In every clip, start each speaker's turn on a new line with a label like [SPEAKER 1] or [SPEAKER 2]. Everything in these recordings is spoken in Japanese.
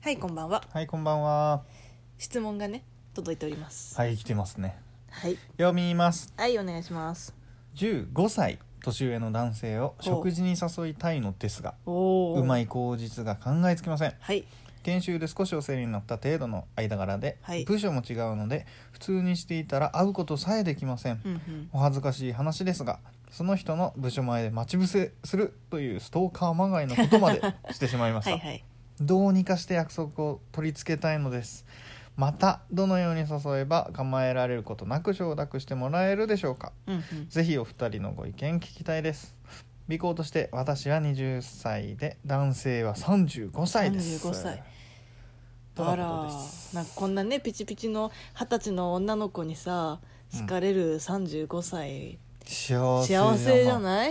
[SPEAKER 1] はいこんばんは
[SPEAKER 2] はい、こんばんは。
[SPEAKER 1] 質問がね届いております
[SPEAKER 2] はい、来てますね。
[SPEAKER 1] はい
[SPEAKER 2] 読みます。
[SPEAKER 1] はいお願いします
[SPEAKER 2] 15歳年上の男性を食事に誘いたいのですが、
[SPEAKER 1] お
[SPEAKER 2] うま
[SPEAKER 1] い
[SPEAKER 2] い口実が考えつきません。
[SPEAKER 1] はい
[SPEAKER 2] 研修で少しお世話になった程度の間柄で、
[SPEAKER 1] はい
[SPEAKER 2] 部署も違うので、普通にしていたら会うことさえできません。
[SPEAKER 1] うんうん
[SPEAKER 2] お恥ずかしい話ですが、その人の部署前で待ち伏せするというストーカーまがいのことまでしてしまいま し
[SPEAKER 1] は
[SPEAKER 2] た。
[SPEAKER 1] いはい
[SPEAKER 2] どうにかして約束を取り付けたいのですまたどのように誘えば構えられることなく承諾してもらえるでしょうか
[SPEAKER 1] うんうん
[SPEAKER 2] ぜひお二人のご意見聞きたいです尾行として私は20歳で男性は35歳です
[SPEAKER 1] 35歳
[SPEAKER 2] と
[SPEAKER 1] あ
[SPEAKER 2] の
[SPEAKER 1] ら
[SPEAKER 2] ことです
[SPEAKER 1] なんかこんなねピチピチの二十歳の女の子にさ好かれる35歳、
[SPEAKER 2] 幸せじゃな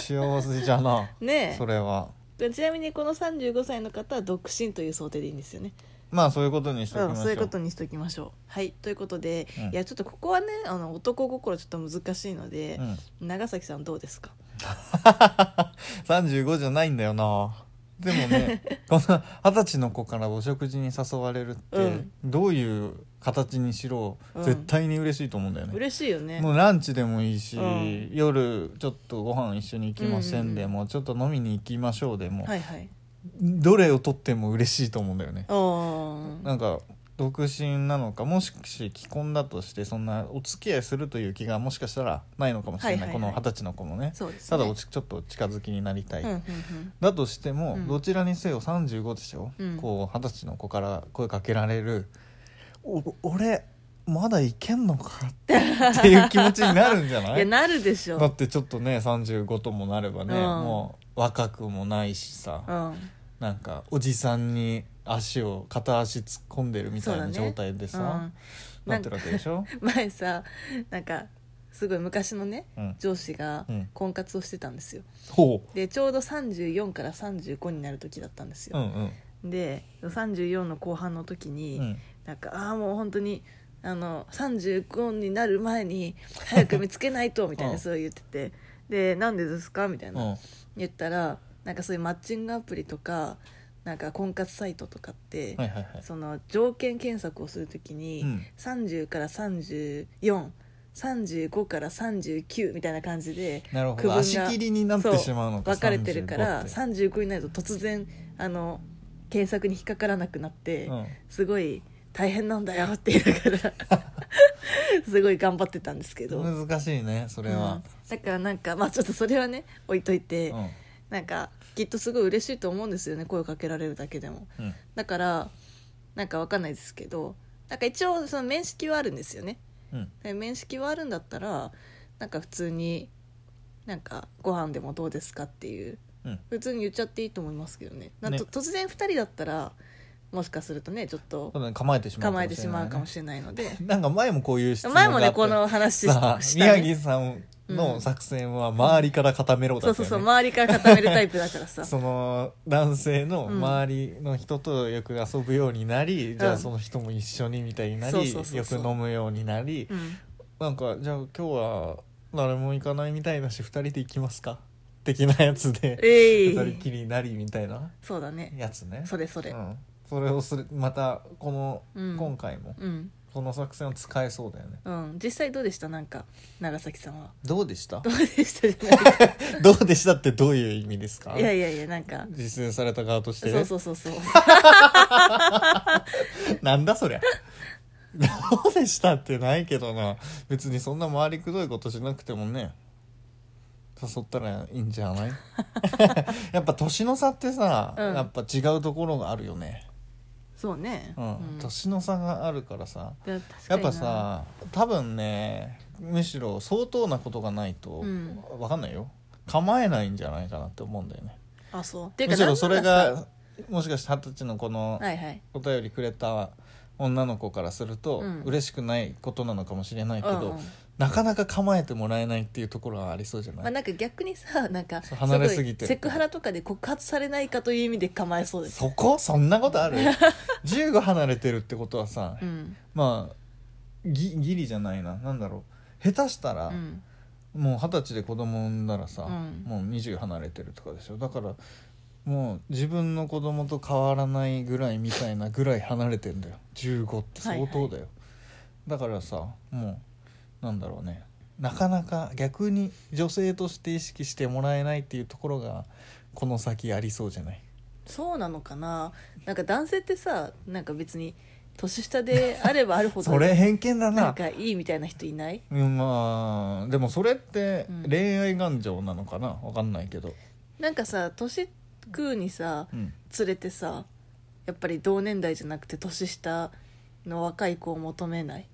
[SPEAKER 1] 幸せじゃない
[SPEAKER 2] 幸せじゃな
[SPEAKER 1] ね
[SPEAKER 2] それは
[SPEAKER 1] えちなみにこの35歳の方は独身という想定でいいんですよね
[SPEAKER 2] まあそういうことにしておき
[SPEAKER 1] う
[SPEAKER 2] ま
[SPEAKER 1] ん
[SPEAKER 2] しょう、
[SPEAKER 1] そういうことにしときましょうはいということで、
[SPEAKER 2] うん
[SPEAKER 1] いやちょっとここはねあの男心ちょっと難しいので
[SPEAKER 2] う、ん、
[SPEAKER 1] 長崎さんどうですか
[SPEAKER 2] 35じゃないんだよなでもね この二十歳の子からお食事に誘われるって、
[SPEAKER 1] うん
[SPEAKER 2] どういう形にしろ、
[SPEAKER 1] うん
[SPEAKER 2] 絶対に嬉しいと思うんだよね
[SPEAKER 1] 嬉しいよね
[SPEAKER 2] もうランチでもいいし、
[SPEAKER 1] うん
[SPEAKER 2] 夜ちょっとご飯一緒に行きませんでも、ちょっと飲みに行きましょうでも、
[SPEAKER 1] はいはい
[SPEAKER 2] どれをとっても嬉しいと思うんだよね、
[SPEAKER 1] うん
[SPEAKER 2] なんか独身なのかもし既婚だとしてそんなお付き合いするという気がもしかしたらないのかもしれない,、
[SPEAKER 1] はいはいはい
[SPEAKER 2] この二十歳の子もね
[SPEAKER 1] そうです、ね、
[SPEAKER 2] ただおちちょっと近づきになりたい、
[SPEAKER 1] うんうんうん
[SPEAKER 2] だとしても、
[SPEAKER 1] うん
[SPEAKER 2] どちらにせよ35でしょ、
[SPEAKER 1] うん
[SPEAKER 2] こう二十歳の子から声かけられる「お俺まだいけんのか」 っていう気持ちになるんじゃない
[SPEAKER 1] いやなるでしょ
[SPEAKER 2] だってちょっとね35ともなればね、
[SPEAKER 1] うん
[SPEAKER 2] もう若くもないしさ、
[SPEAKER 1] うん
[SPEAKER 2] なんかおじさんに足を片足突っ込んでるみた
[SPEAKER 1] そう
[SPEAKER 2] い
[SPEAKER 1] だ
[SPEAKER 2] な
[SPEAKER 1] ね
[SPEAKER 2] 状態で
[SPEAKER 1] う
[SPEAKER 2] さ、
[SPEAKER 1] ん、な
[SPEAKER 2] なんって
[SPEAKER 1] か
[SPEAKER 2] るわけでしょ、
[SPEAKER 1] 前さなんかすごい昔のね
[SPEAKER 2] うん、
[SPEAKER 1] 上司が
[SPEAKER 2] うん
[SPEAKER 1] 婚活をしてたんですよ
[SPEAKER 2] ほ
[SPEAKER 1] でちょうど34から35になる時だったんです
[SPEAKER 2] うう
[SPEAKER 1] よ、
[SPEAKER 2] んうん
[SPEAKER 1] で34の後半の時に、
[SPEAKER 2] うん
[SPEAKER 1] なんかああもう本当にあの35になる前に早く見つけないとみたいなそう言っててでなんでですかみたいな、
[SPEAKER 2] うん
[SPEAKER 1] 言ったらなんかそういうマッチングアプリとかなんか婚活サイトとかって、
[SPEAKER 2] はいはいはい
[SPEAKER 1] その条件検索をするときに、
[SPEAKER 2] うん
[SPEAKER 1] 30から3435から39みたいな感じで
[SPEAKER 2] なるほ
[SPEAKER 1] 区分
[SPEAKER 2] ど
[SPEAKER 1] が
[SPEAKER 2] 足切りになってしまうのか
[SPEAKER 1] 分かれてるから
[SPEAKER 2] 35
[SPEAKER 1] 35になると突然あの検索に引っかからなくなって、
[SPEAKER 2] って
[SPEAKER 1] すごい大変なんだよって言いなが らすごい頑張ってたんですけど、うん
[SPEAKER 2] うん、難しいねそれは、
[SPEAKER 1] だからなんかまあちょっとそれはね置いといて。
[SPEAKER 2] うん
[SPEAKER 1] なんかきっとすごい嬉しいと思うんですよね声をかけられるだけでも
[SPEAKER 2] うん
[SPEAKER 1] だからなんかわかんないですけどなんか一応その面識はあるんですよね
[SPEAKER 2] うん
[SPEAKER 1] で面識はあるんだったらなんか普通になんかご飯でもどうですかっていう
[SPEAKER 2] うん
[SPEAKER 1] 普通に言っちゃっていいと思いますけどねなん
[SPEAKER 2] ね
[SPEAKER 1] と突然2人だったらもしかするとねちょっと
[SPEAKER 2] そうだね構えてしまう
[SPEAKER 1] 構えてしまうかも
[SPEAKER 2] れ
[SPEAKER 1] しれないので
[SPEAKER 2] ないねなんか前もこういう質問があ
[SPEAKER 1] 前
[SPEAKER 2] った
[SPEAKER 1] もねこの 話し
[SPEAKER 2] さあ
[SPEAKER 1] した
[SPEAKER 2] 宮
[SPEAKER 1] ね
[SPEAKER 2] 城さんの作戦は周りから固めろだ
[SPEAKER 1] そう
[SPEAKER 2] った
[SPEAKER 1] そう
[SPEAKER 2] よ
[SPEAKER 1] そう
[SPEAKER 2] ね
[SPEAKER 1] 周りから固めるタイプだからさ
[SPEAKER 2] その男性の
[SPEAKER 1] うん
[SPEAKER 2] 周りの人とよく遊ぶようになり、じゃ
[SPEAKER 1] う
[SPEAKER 2] あ
[SPEAKER 1] ん
[SPEAKER 2] その人も一緒にみたいになり
[SPEAKER 1] そうそうそう
[SPEAKER 2] よく
[SPEAKER 1] そう
[SPEAKER 2] 飲むようになり、
[SPEAKER 1] うん
[SPEAKER 2] なんかじゃあ今日は誰も行かないみたいだし2人で行きますか的なやつで
[SPEAKER 1] えい
[SPEAKER 2] 2人きりになりみたいな
[SPEAKER 1] そうだね
[SPEAKER 2] やつね
[SPEAKER 1] それそれ
[SPEAKER 2] うん、それをするまたこの、
[SPEAKER 1] うん
[SPEAKER 2] 今回も
[SPEAKER 1] うん
[SPEAKER 2] この作戦を使えそうだよね
[SPEAKER 1] うん、実際どうでしたなんか長崎さんは
[SPEAKER 2] どうでした
[SPEAKER 1] どうでしたじゃないか
[SPEAKER 2] どうでしたってどういう意味ですか
[SPEAKER 1] いやいやいやなんか
[SPEAKER 2] 実践された側として
[SPEAKER 1] そうそうそうそう
[SPEAKER 2] なんだそりゃ どうでしたってないけどな別にそんな回りくどいことしなくてもね誘ったらいいんじゃ ない やっぱ年の差ってさ、
[SPEAKER 1] うん
[SPEAKER 2] やっぱ違うところがあるよね、
[SPEAKER 1] そうね
[SPEAKER 2] うん年の差があるからさ
[SPEAKER 1] や確か
[SPEAKER 2] やっ
[SPEAKER 1] にな
[SPEAKER 2] ぱさ多分ねむしろ相当なことがないと、
[SPEAKER 1] うん
[SPEAKER 2] わかんないよ構えないんじゃないかなって思うんだよね
[SPEAKER 1] あそうっていう
[SPEAKER 2] む
[SPEAKER 1] か
[SPEAKER 2] しろそれ
[SPEAKER 1] なんなら
[SPEAKER 2] がもしかして二十歳のこの
[SPEAKER 1] さはいはい
[SPEAKER 2] お便りくれた女の子からすると、
[SPEAKER 1] うん
[SPEAKER 2] 嬉しくないことなのかもしれないけど、
[SPEAKER 1] うんうん
[SPEAKER 2] なかなか構えてもらえないっていうところはありそうじゃ
[SPEAKER 1] ま
[SPEAKER 2] な
[SPEAKER 1] あ、
[SPEAKER 2] い、
[SPEAKER 1] なんか逆にさなんか
[SPEAKER 2] そう離れすぎてる
[SPEAKER 1] ごいセクハラとかで告発されないかという意味で構えそうです
[SPEAKER 2] そこそんなこ とある15離れてるってことはさ、
[SPEAKER 1] うん
[SPEAKER 2] まあぎギリじゃないななんだろう下手したら、
[SPEAKER 1] うん
[SPEAKER 2] もう二十歳で子供産んだらさ、
[SPEAKER 1] うん
[SPEAKER 2] もう20離れてるとかでしょだからもう自分の子供と変わらないぐらいみたいなぐらい離れてんだよ15って相当だよ、
[SPEAKER 1] はい
[SPEAKER 2] だからさもうなんだろうねなかなか逆に女性として意識してもらえないっていうところがこの先ありそうじゃない
[SPEAKER 1] そうなのかななんか男性ってさなんか別に年下であればあるほど
[SPEAKER 2] それ偏見だ
[SPEAKER 1] な
[SPEAKER 2] なん
[SPEAKER 1] かいいみたいな人いない
[SPEAKER 2] うんまあでもそれって
[SPEAKER 1] うん
[SPEAKER 2] 恋愛感情なのかなわかんないけど、
[SPEAKER 1] なんかさ年食うにさ
[SPEAKER 2] うん、
[SPEAKER 1] 連れてさやっぱり同年代じゃなくて年下の若い子を求めない、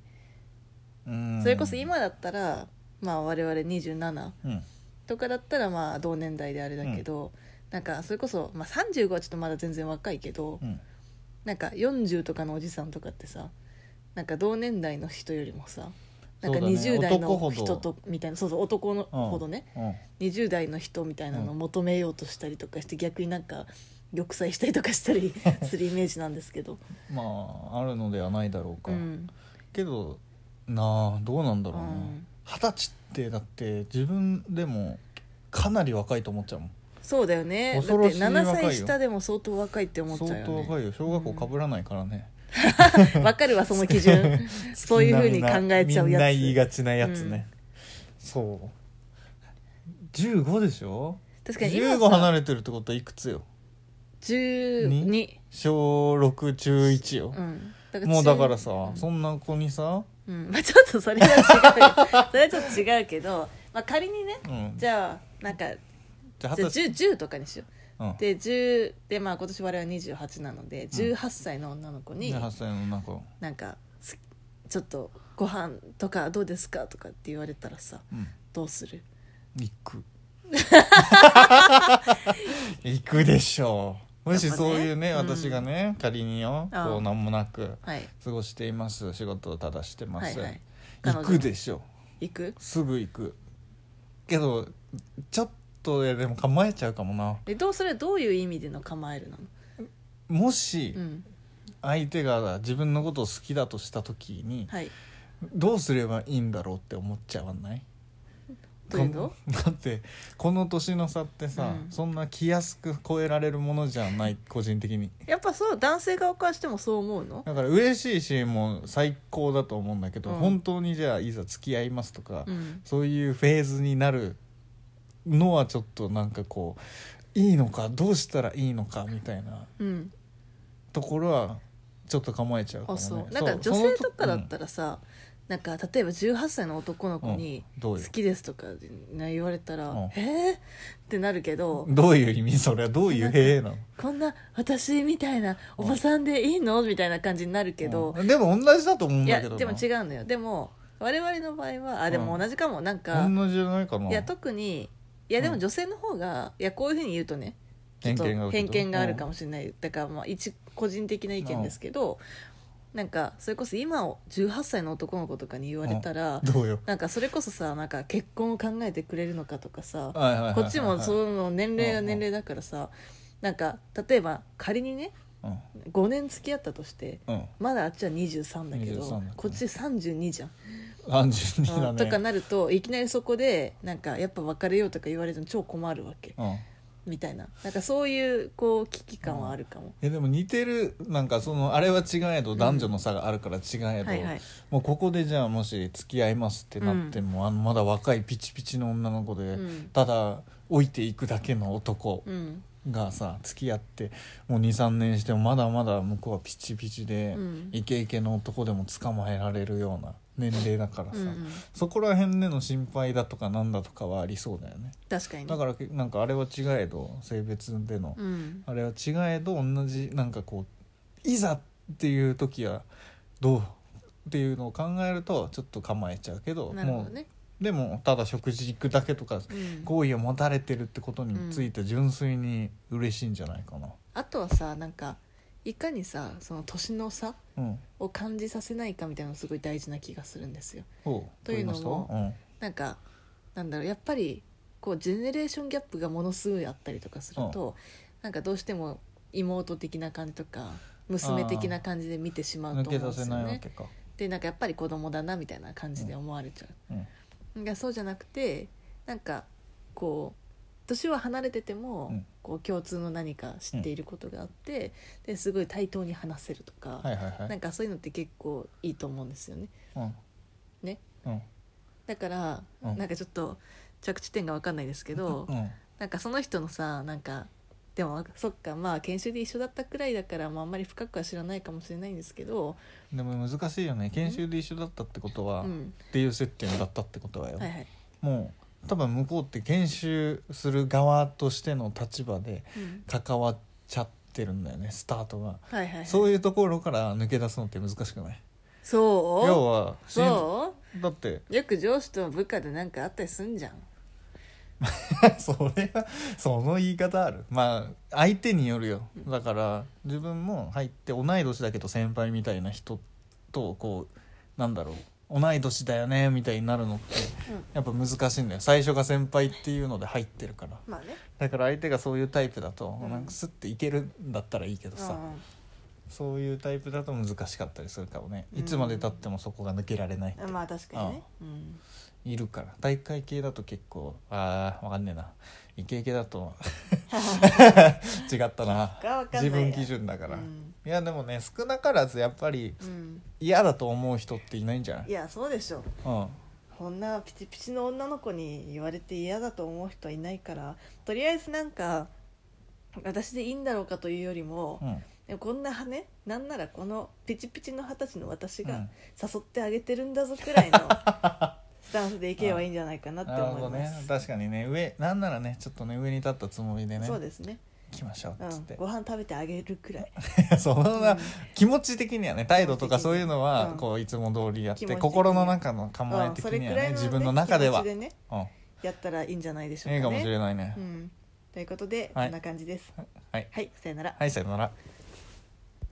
[SPEAKER 2] うん
[SPEAKER 1] それこそ今だったらまあ我々27
[SPEAKER 2] うん
[SPEAKER 1] とかだったらまあ同年代であれだけど、なんかそれこそ、まあ、35はちょっとまだ全然若いけど、
[SPEAKER 2] うん
[SPEAKER 1] なんか40とかのおじさんとかってさなんか同年代の人よりもさなんか
[SPEAKER 2] そうだね
[SPEAKER 1] 20代
[SPEAKER 2] 男ほ
[SPEAKER 1] の
[SPEAKER 2] ど
[SPEAKER 1] 人とみたいなそうそう男の
[SPEAKER 2] うん
[SPEAKER 1] ほどね、
[SPEAKER 2] うん
[SPEAKER 1] 20代の人みたいなのを求めようとしたりとかして、逆になんか玉砕したりとかした りするイメージなんですけど、
[SPEAKER 2] まああるのではないだろうか、
[SPEAKER 1] うん、
[SPEAKER 2] けどなあどうなんだろうな
[SPEAKER 1] うん
[SPEAKER 2] 二十、歳ってだって自分でもかなり若いと思っちゃうもん
[SPEAKER 1] そうだよねだって
[SPEAKER 2] 恐ろしい
[SPEAKER 1] 7
[SPEAKER 2] 若いよ
[SPEAKER 1] 歳下でも相当若いって思っちゃうよ
[SPEAKER 2] 相
[SPEAKER 1] ね
[SPEAKER 2] 当若いよ小学校かぶらないからね、
[SPEAKER 1] わかるわその基 準そういうふうに考えちゃう
[SPEAKER 2] みんな
[SPEAKER 1] や
[SPEAKER 2] 言い
[SPEAKER 1] つ
[SPEAKER 2] がちなやつね、そう15でしょ
[SPEAKER 1] 確かに今
[SPEAKER 2] 15離
[SPEAKER 1] さ
[SPEAKER 2] れてるってことはいくつよ
[SPEAKER 1] 12
[SPEAKER 2] 小6中1よ
[SPEAKER 1] う、んだ
[SPEAKER 2] もうだからさ、
[SPEAKER 1] うん
[SPEAKER 2] そんな子にさ、
[SPEAKER 1] うんまあ、ちょっとそれは違うよそれはちょっと違うけど、まあ、仮にね
[SPEAKER 2] うん、
[SPEAKER 1] じゃあなんか
[SPEAKER 2] じゃあ
[SPEAKER 1] じゃあ
[SPEAKER 2] 20
[SPEAKER 1] 10, 10とかにしよ
[SPEAKER 2] うん
[SPEAKER 1] うで10でまあ今年我々は28なので18歳の女の子に
[SPEAKER 2] 18歳のなんか
[SPEAKER 1] なんかすちょっとご飯とかどうですかとかって言われたらさ
[SPEAKER 2] うん
[SPEAKER 1] どうする
[SPEAKER 2] 行く行くでしょうもし
[SPEAKER 1] やっぱ
[SPEAKER 2] そう
[SPEAKER 1] ね
[SPEAKER 2] いうね
[SPEAKER 1] うん
[SPEAKER 2] 私がね、仮によ
[SPEAKER 1] ああ
[SPEAKER 2] こう何もなく
[SPEAKER 1] はい
[SPEAKER 2] 過ごしています仕事をただしてま
[SPEAKER 1] はい
[SPEAKER 2] す、
[SPEAKER 1] はい
[SPEAKER 2] 行くでしょ
[SPEAKER 1] 行く
[SPEAKER 2] うすぐ行くけどちょっとでも構えちゃうかもな
[SPEAKER 1] えどうそれはどういう意味での構えるなの、
[SPEAKER 2] もし
[SPEAKER 1] うん
[SPEAKER 2] 相手が自分のことを好きだとした時に
[SPEAKER 1] はい、
[SPEAKER 2] どうすればいいんだろうって思っちゃわない
[SPEAKER 1] どういうの
[SPEAKER 2] こ だってこの年の差ってさ、
[SPEAKER 1] うん
[SPEAKER 2] そんな気安く超えられるものじゃない個人的に
[SPEAKER 1] やっぱそう男性側からしてもそう思うの
[SPEAKER 2] だから嬉しいしもう最高だと思うんだけど、
[SPEAKER 1] うん
[SPEAKER 2] 本当にじゃあいざ付き合いますとか、
[SPEAKER 1] うん
[SPEAKER 2] そういうフェーズになるのはちょっとなんかこういいのかどうしたらいいのかみたいな
[SPEAKER 1] うん
[SPEAKER 2] ところはちょっと構えちゃうか
[SPEAKER 1] あ
[SPEAKER 2] もね
[SPEAKER 1] そうなんか
[SPEAKER 2] そ
[SPEAKER 1] 女
[SPEAKER 2] う
[SPEAKER 1] 性とかだっ
[SPEAKER 2] その
[SPEAKER 1] たらさ、なんか例えば18歳の男の子に
[SPEAKER 2] う
[SPEAKER 1] 「
[SPEAKER 2] んどう
[SPEAKER 1] 好
[SPEAKER 2] よ
[SPEAKER 1] きです」とかね言われたら
[SPEAKER 2] うん
[SPEAKER 1] 「えー?」ってなるけど
[SPEAKER 2] うんどういう意味それはどういうへえなの
[SPEAKER 1] 「こんな私みたいなおばさんでいいの?」みたいな感じになるけど、
[SPEAKER 2] うんでも同じだと思うん
[SPEAKER 1] い
[SPEAKER 2] だ
[SPEAKER 1] や
[SPEAKER 2] けど
[SPEAKER 1] でも違うのよでも我々の場合はあでも同じかも、なんか、
[SPEAKER 2] 同じじゃないかない
[SPEAKER 1] や特にいやで
[SPEAKER 2] う
[SPEAKER 1] も
[SPEAKER 2] ん
[SPEAKER 1] 女性の方がいやこういうふうに言うとねちょっと偏見があるかもしれない、だからまあ一個人的な意見ですけど、なんかそれこそ今を18歳の男の子とかに言われたら、
[SPEAKER 2] どうよ
[SPEAKER 1] なんかそれこそさなんか結婚を考えてくれるのかとかさ、
[SPEAKER 2] はいはいはいはい
[SPEAKER 1] こっちもその年齢が
[SPEAKER 2] うんうん
[SPEAKER 1] 年齢だからさ、なんか例えば仮にね
[SPEAKER 2] うん
[SPEAKER 1] 5年付き合ったとして
[SPEAKER 2] うん
[SPEAKER 1] まだあっちは23だけど
[SPEAKER 2] 23だからね
[SPEAKER 1] こっち32じゃん、
[SPEAKER 2] 32だ
[SPEAKER 1] うん
[SPEAKER 2] ね
[SPEAKER 1] とかなるといきなりそこでなんかやっぱ別れようとか言われるの超困るわけ
[SPEAKER 2] うん
[SPEAKER 1] みたいななんかそういうこう危機感はあるかも、
[SPEAKER 2] えでも似てるなんかそのあれは違えど男女の差があるから違えど、
[SPEAKER 1] はいはい
[SPEAKER 2] もうここでじゃあもし付き合いますってなっても、あのまだ若いピチピチの女の子で、
[SPEAKER 1] うん
[SPEAKER 2] ただ置いていくだけの男
[SPEAKER 1] うん
[SPEAKER 2] がさ付き合ってもう23年してもまだまだ向こうはピチピチで、
[SPEAKER 1] うん
[SPEAKER 2] イケイケの男でも捕まえられるような年齢だからさ、
[SPEAKER 1] うんうん
[SPEAKER 2] そこら辺での心配だとかなんだとかはありそうだよね
[SPEAKER 1] 確かにね
[SPEAKER 2] だからけなんかあれは違えど性別での、
[SPEAKER 1] うん
[SPEAKER 2] あれは違えど同じなんかこういざっていう時はどうっていうのを考えるとちょっと構えちゃうけど
[SPEAKER 1] なるほど
[SPEAKER 2] も
[SPEAKER 1] ね
[SPEAKER 2] うでもただ食事行くだけとか
[SPEAKER 1] うん
[SPEAKER 2] 好意を持たれてるってことについて純粋に嬉しいんじゃないかな。
[SPEAKER 1] あとはさなんかいかにさその年の差
[SPEAKER 2] うん、
[SPEAKER 1] を感じさせないかみたいなのすごい大事な気がするんですよ
[SPEAKER 2] ほう
[SPEAKER 1] というのも
[SPEAKER 2] ど言いまし
[SPEAKER 1] なんかなんだろうやっぱりこうジェネレーションギャップがものすごいあったりとかすると、なんかどうしても妹的な感じとか娘的な感じで見てしたま
[SPEAKER 2] うん、
[SPEAKER 1] う
[SPEAKER 2] 抜
[SPEAKER 1] と思
[SPEAKER 2] け
[SPEAKER 1] うんで
[SPEAKER 2] 出せ
[SPEAKER 1] す
[SPEAKER 2] な
[SPEAKER 1] よ
[SPEAKER 2] いわ
[SPEAKER 1] ね
[SPEAKER 2] けか。
[SPEAKER 1] でなんかやっぱり子供だなみたいな感じで思われちゃう、
[SPEAKER 2] うん
[SPEAKER 1] がそうじゃなくてなんかこう年は離れてても、
[SPEAKER 2] うん
[SPEAKER 1] こう共通の何か知っていることがあって、ですごい対等に話せるとか、
[SPEAKER 2] はいはいは
[SPEAKER 1] なん
[SPEAKER 2] い
[SPEAKER 1] かそういうのって結構いいと思うんですよね。
[SPEAKER 2] うん
[SPEAKER 1] ね
[SPEAKER 2] うん
[SPEAKER 1] だから、
[SPEAKER 2] うん
[SPEAKER 1] なんかちょっと着地点が分かんないですけど、
[SPEAKER 2] うん
[SPEAKER 1] なんかその人のさなんかでもそっかまあ研修で一緒だったくらいだから、まあ、あんまり深くは知らないかもしれないんですけど、
[SPEAKER 2] でも難しいよね研修で一緒だったってことは、
[SPEAKER 1] う
[SPEAKER 2] っ
[SPEAKER 1] ん、
[SPEAKER 2] ていう接点だったってことはよ、
[SPEAKER 1] はいはい、
[SPEAKER 2] もう多分向こうって研修する側としての立場で
[SPEAKER 1] うん、
[SPEAKER 2] 関わっちゃってるんだよねスタートが、
[SPEAKER 1] はいはいはい
[SPEAKER 2] そういうところから抜け出すのって難しくない
[SPEAKER 1] そう
[SPEAKER 2] 要は新
[SPEAKER 1] そ
[SPEAKER 2] だって
[SPEAKER 1] うよく上司と部下でなんかあったりすんじゃん
[SPEAKER 2] それはその言い方あるまあ相手によるよだから自分も入って同い年だけど先輩みたいな人とこうなんだろう同い年だよねみたいになるのって
[SPEAKER 1] うん
[SPEAKER 2] やっぱ難しいんだよ最初が先輩っていうので入ってるから
[SPEAKER 1] まあね
[SPEAKER 2] だから相手がそういうタイプだと
[SPEAKER 1] うん
[SPEAKER 2] なんかスッていけるんだったらいいけどさ、そういうタイプだと難しかったりするかもねいつまでたってもそこが抜けられないって
[SPEAKER 1] うんまあ確かにねうん
[SPEAKER 2] いるから大会系だと結構あーわかんねえなイケイケだと 違ったな
[SPEAKER 1] かわかんない
[SPEAKER 2] 自
[SPEAKER 1] や
[SPEAKER 2] 分基準だから、
[SPEAKER 1] うん
[SPEAKER 2] いやでもね少なからずやっぱり
[SPEAKER 1] うん
[SPEAKER 2] 嫌だと思う人っていないんじゃない
[SPEAKER 1] いやそうでしょ
[SPEAKER 2] うん
[SPEAKER 1] こんなピチピチの女の子に言われて嫌だと思う人はいないからとりあえずなんか私でいいんだろうかというよりも
[SPEAKER 2] う、ん
[SPEAKER 1] でもこんな羽ねなんならこのピチピチの二十歳の私
[SPEAKER 2] う
[SPEAKER 1] が
[SPEAKER 2] ん
[SPEAKER 1] 誘ってあげてるんだぞくら いのスタンスでいけばいいんじゃないかなって
[SPEAKER 2] なるほ
[SPEAKER 1] 思
[SPEAKER 2] ど
[SPEAKER 1] いま
[SPEAKER 2] ね
[SPEAKER 1] す、
[SPEAKER 2] 確かにね上なんならねちょっとね上に立ったつもりでね
[SPEAKER 1] そうですね、
[SPEAKER 2] 行きましょ
[SPEAKER 1] う
[SPEAKER 2] うっつっ
[SPEAKER 1] ん
[SPEAKER 2] て、、
[SPEAKER 1] ご飯食べてあげるくらい
[SPEAKER 2] そんな、
[SPEAKER 1] うん
[SPEAKER 2] 気持ち的にはね態度とかそういうのは、
[SPEAKER 1] うん
[SPEAKER 2] こういつも通りやっ
[SPEAKER 1] 気持
[SPEAKER 2] て
[SPEAKER 1] ち的に
[SPEAKER 2] 心の中の構え
[SPEAKER 1] うん
[SPEAKER 2] 的
[SPEAKER 1] それ
[SPEAKER 2] に
[SPEAKER 1] く
[SPEAKER 2] は
[SPEAKER 1] ら
[SPEAKER 2] ね
[SPEAKER 1] いの
[SPEAKER 2] 自分の中では
[SPEAKER 1] 気持ちね
[SPEAKER 2] うん
[SPEAKER 1] やったらいいんじゃないでしょうか
[SPEAKER 2] い
[SPEAKER 1] ね
[SPEAKER 2] いかもしれないね、
[SPEAKER 1] うん、ということで、
[SPEAKER 2] はい
[SPEAKER 1] こんな感じです
[SPEAKER 2] はい
[SPEAKER 1] はいさよなら
[SPEAKER 2] はいさよなら